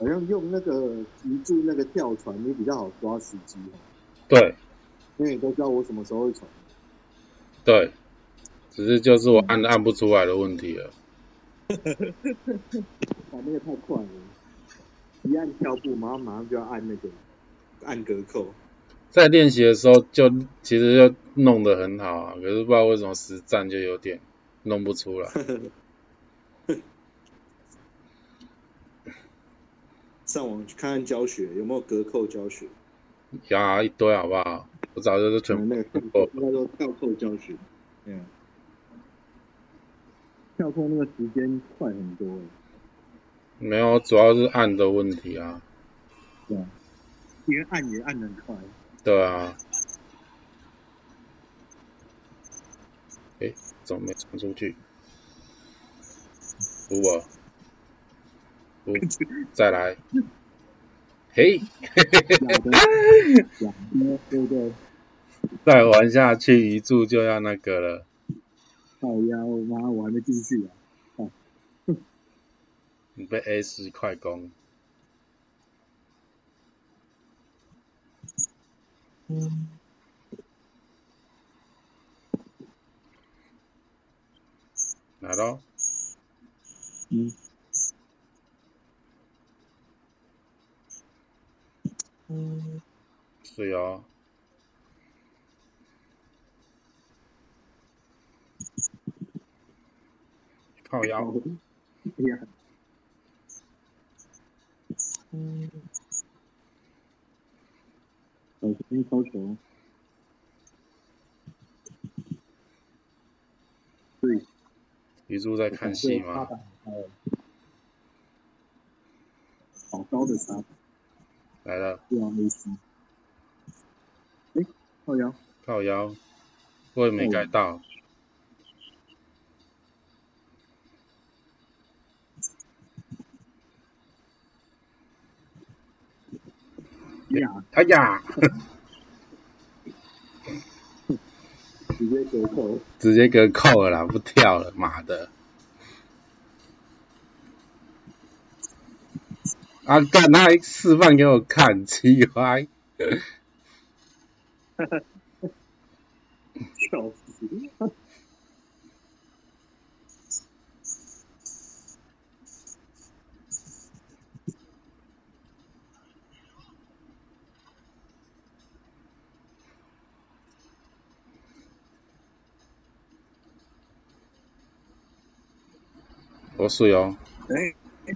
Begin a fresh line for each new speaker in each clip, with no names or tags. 像用那个鱼柱那个吊船，你比较好抓时机哦，
对
因为你都知道我什么时候会传。
对，只是就是我按按不出来的问题了。
啊，那个太快了，一按跳步，马上马上就要按那个按隔扣。
在练习的时候就其实就弄得很好啊，可是不知道为什么实战就有点弄不出来。
上网去看看教学有没有隔扣教学，
呀，一堆好不好？我早就是全部
那个
扣
应该说跳扣教学。嗯，跳扣那个时间快很多欸。
没有，主要是按的问题啊。
别人按也按得很快。
对啊。诶，怎么没传出去？不我，不，再来。嘿，
假的，假的，对不对？
再玩下去一注就要那个了。
好呀，我妈我还没进去啊。
你被 A 四快攻，
嗯。
来咯。
嗯。嗯。
是哦。靠腰。
哎呀。嗯。小心抛球。对。
鱼柱在看戏吗？？
好高的沙板，
来了，
对啊，没事。哎，浩洋，
靠腰，我也没盖到，
哎呀，
哎呀，
直接折扣，
直接给扣了啦，不跳了，妈的！啊干，他还示范给我看，奇怪，
笑死！
我水哦，
哎，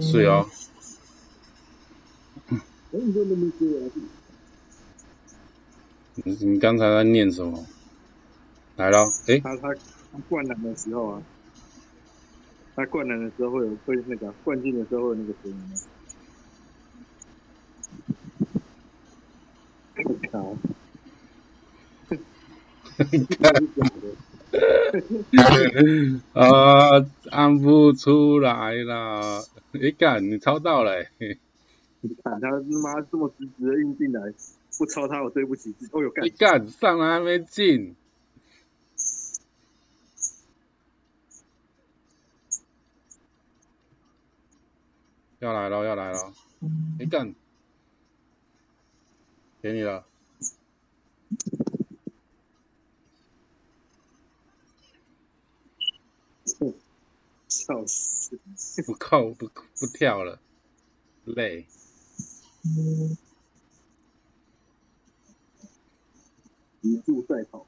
水哦，
哎，你啊就那么多啊？
你你刚才在念什么？来咯，诶，
他他他灌篮的时候啊，他灌篮的时候会有会那个灌进的时候会有那个声音吗。我靠！这是假的，
啊，按不出来啦，诶，干，你抄到了、欸，
你看他妈这么直直的运进来，不抄他我对不起自己。哦呦，干
你！干上来还没进，要来了要来了，你干，给你了，
笑死！
不扣不不跳了，累，
一柱赛跑，哦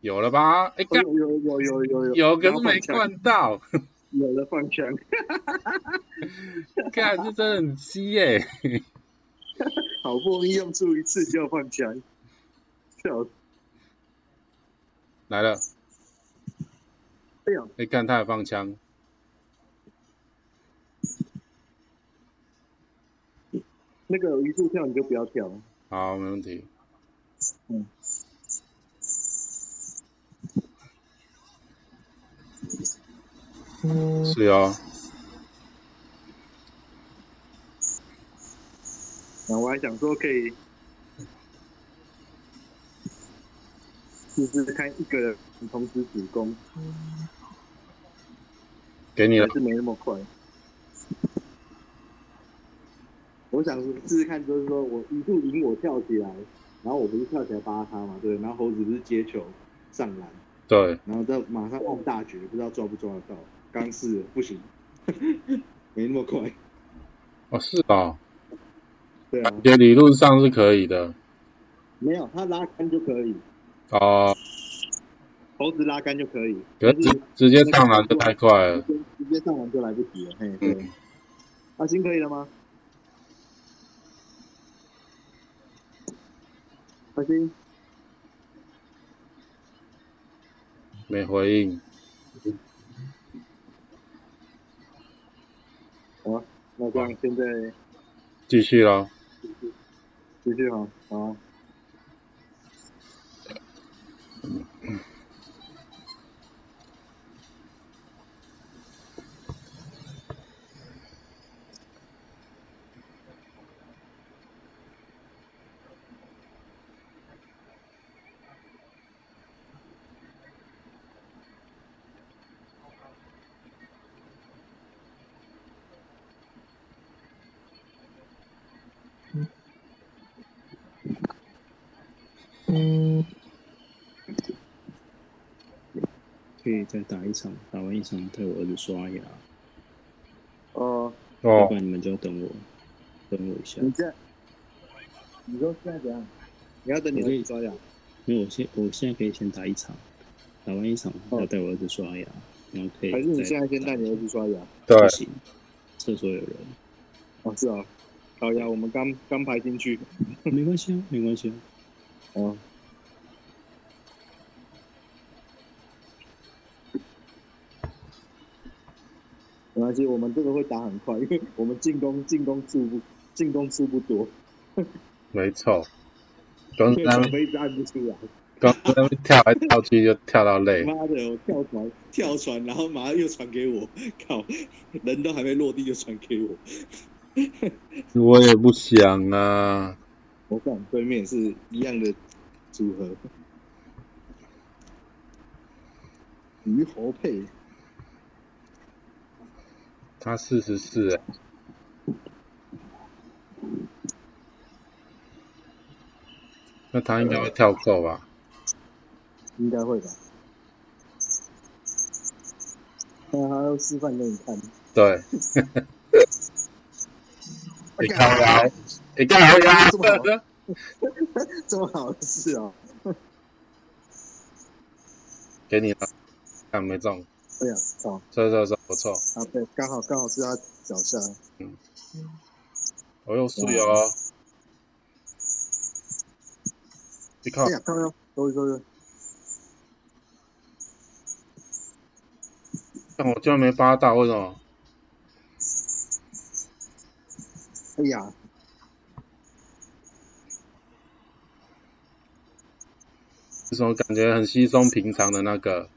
有了吧？哎
哦
干，
有有有有有有
有可
然
是
后
没
放枪，
灌到，
有的放枪，
干这真的很鸡耶、
好不容易用出一次就要放枪，笑死！
来了，
哎呀，
哎干他也放枪，
那个一柱跳你就不要跳。
好没问题，
嗯，
是哦，
那我还想说可以试试看一个人同时主攻，
给你了
还，是没那么快。我想试试看，就是说我一度引我跳起来，然后我不是跳起来扒他嘛，对，然后猴子不是接球上篮，
对，
然后再马上望大绝，不知道抓不抓得到。刚试了不行， 没那么快。
哦是哦，
对啊，
感觉理论上是可以的，
没有他拉杆就可以，
哦，
猴子拉杆就可以，
可是直直接上篮就太快了，
直接上篮就来不及了。嘿，对，
呃嗯，
阿星可以了吗？阿星，
没回应，
那这样现在
继续咯。
继续哈，好。
可以再打一场，打完一场带我儿子刷牙，
哦，
要
哦
不，然你们就要等我，等我一下。
你这，你说现在怎样？你要等你
我可
儿
以
子刷牙？
因为我现我现在可以先打一场，打完一场
哦
要带我儿子刷牙，然后可以
还是你
再
现在先带你儿子刷牙？
对
不，行，厕所有人，
哦，是啊，好呀，我们刚刚排进去。
没关系啊，没关系啊。
哦，没关系，我们这个会打很快，因为我们进攻进攻数不进攻数不多，
没错，
嗯
刚
所以
才
小飞一直按不出来。
刚才跳来跳去就跳到累，
妈的，我跳船
跳船，然后马上又传给我，靠，人都还没落地就传给我，
我也不想啊，
我看对面是一样的组合，鱼猴配
他四十四，欸那他应该会跳够吧？
应该会吧？那他要示范给你看，
对，你看我，你看我呀，
这么好的事哦、
给你了，看没中，
哎呀，操！
这这这不错，
啊，对，刚好刚好是他脚下，
我又输哦。你看
哎，呀，看到没有？都是都是，
但我居然没扒到，为什么？
哎呀，
为什么感觉很稀松平常的那个？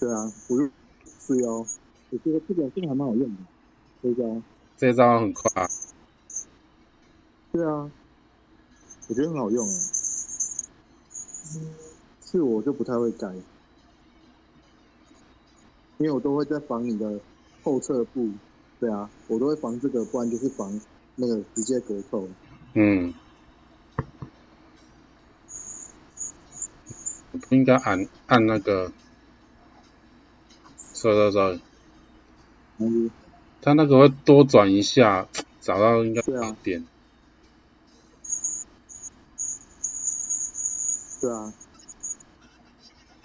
对啊，我就是哦，我觉得这个这个还蛮好用的，对个啊，
这招很快啊，
对啊，我觉得很好用哎，是我就不太会改，因为我都会在防你的后撤步，对啊，我都会防这个，不然就是防那个直接隔扣，
嗯。我不应该按按那个，sorry sorry sorry，
然后就
他那个会多转一下，找到应该
对啊
好点。
对啊，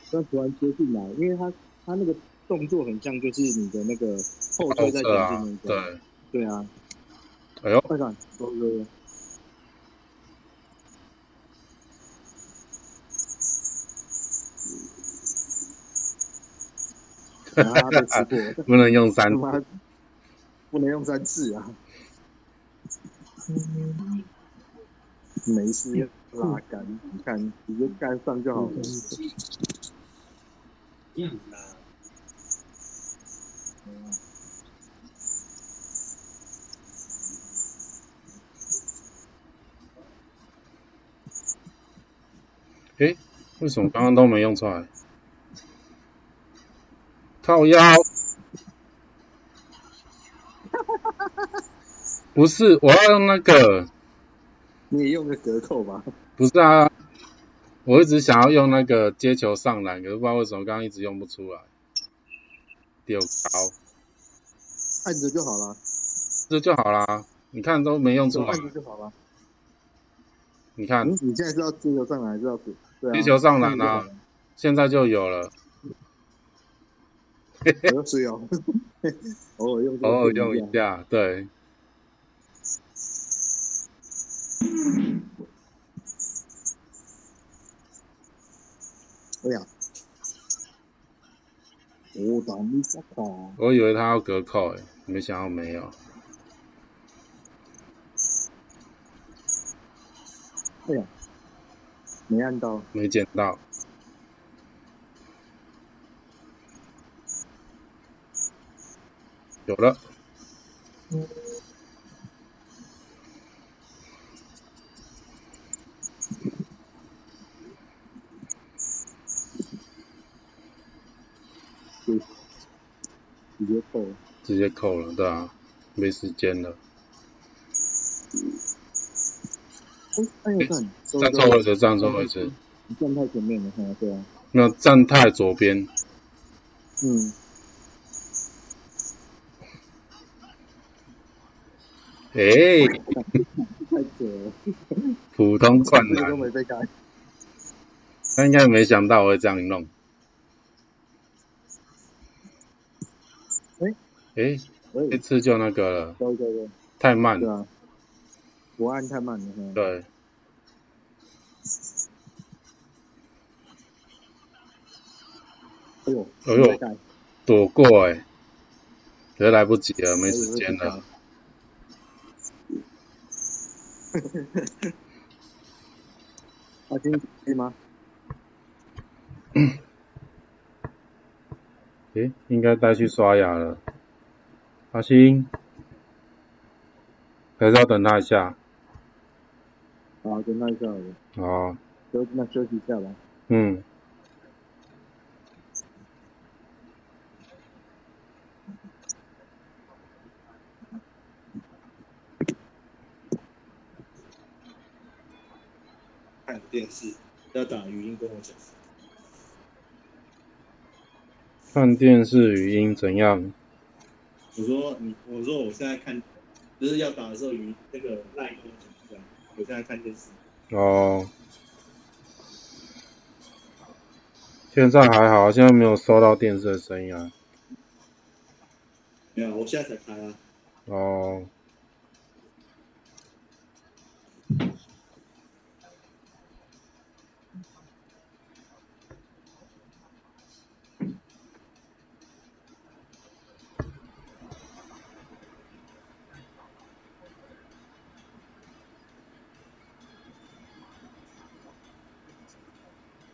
但突然接进来，因为他他那个动作很像就是你的那个后
哦
退在
对
前
啊
进，那个，
对，
对啊，
哎呦，
快闪都是啊，被吃过。
不能用三
他，妈不能用三次啊！没事，拉杆，你看直接盖上就好了。
一样啦。
为什么刚刚都没用出来？靠腰！不是，我要用那个，
你也用个折扣吧。
不是啊，我一直想要用那个接球上篮，可是不知道为什么刚刚一直用不出来。丢高，
按着就好了，
这就好啦。你看都没用出
就
来
按，着就好了。
你看
嗯，你现在是要接球上篮还是要补？对啊，
接球上篮
按着
啊，现在就有了，
就好了。我要水 哦，偶尔用，
偶尔用一。下，对。
哎呀，我打你不好，
我以为他要隔扣诶、没想到没有。
没按到。
没捡到。有了，
直接扣了。
直接扣了，对啊，没时间了，
哎，哎呦，看，收
站错位置，站错位置，
你站太前面了，看对啊，
没有站太左边，
嗯，
诶、
太扯了，
哎普通灌
这个都
篮，
没被盖。
他应该没想到我会这样弄。
诶
诶、
喂
哎这，次就那个了，
对对对，
太慢
对
了，
啊，我按太慢了，嘿
对，
哎呦，
哎呦
没盖
躲过诶、可是来不及了，没 时间了。。
阿金可以吗？
诶、应该带去刷牙了。阿星，还是要等他一下。
好，等他一下好了，
哦，
休那休息一下吧。
嗯，
看电视，要打语音跟我讲。
看电视语音怎样？
我说你，我说我现在看，就是要打的时候语音那个赖跟我讲一下。我现在看电视，
哦，现在还好，现在没有收到电视的声音啊。
没有，我现在才开啊。
哦，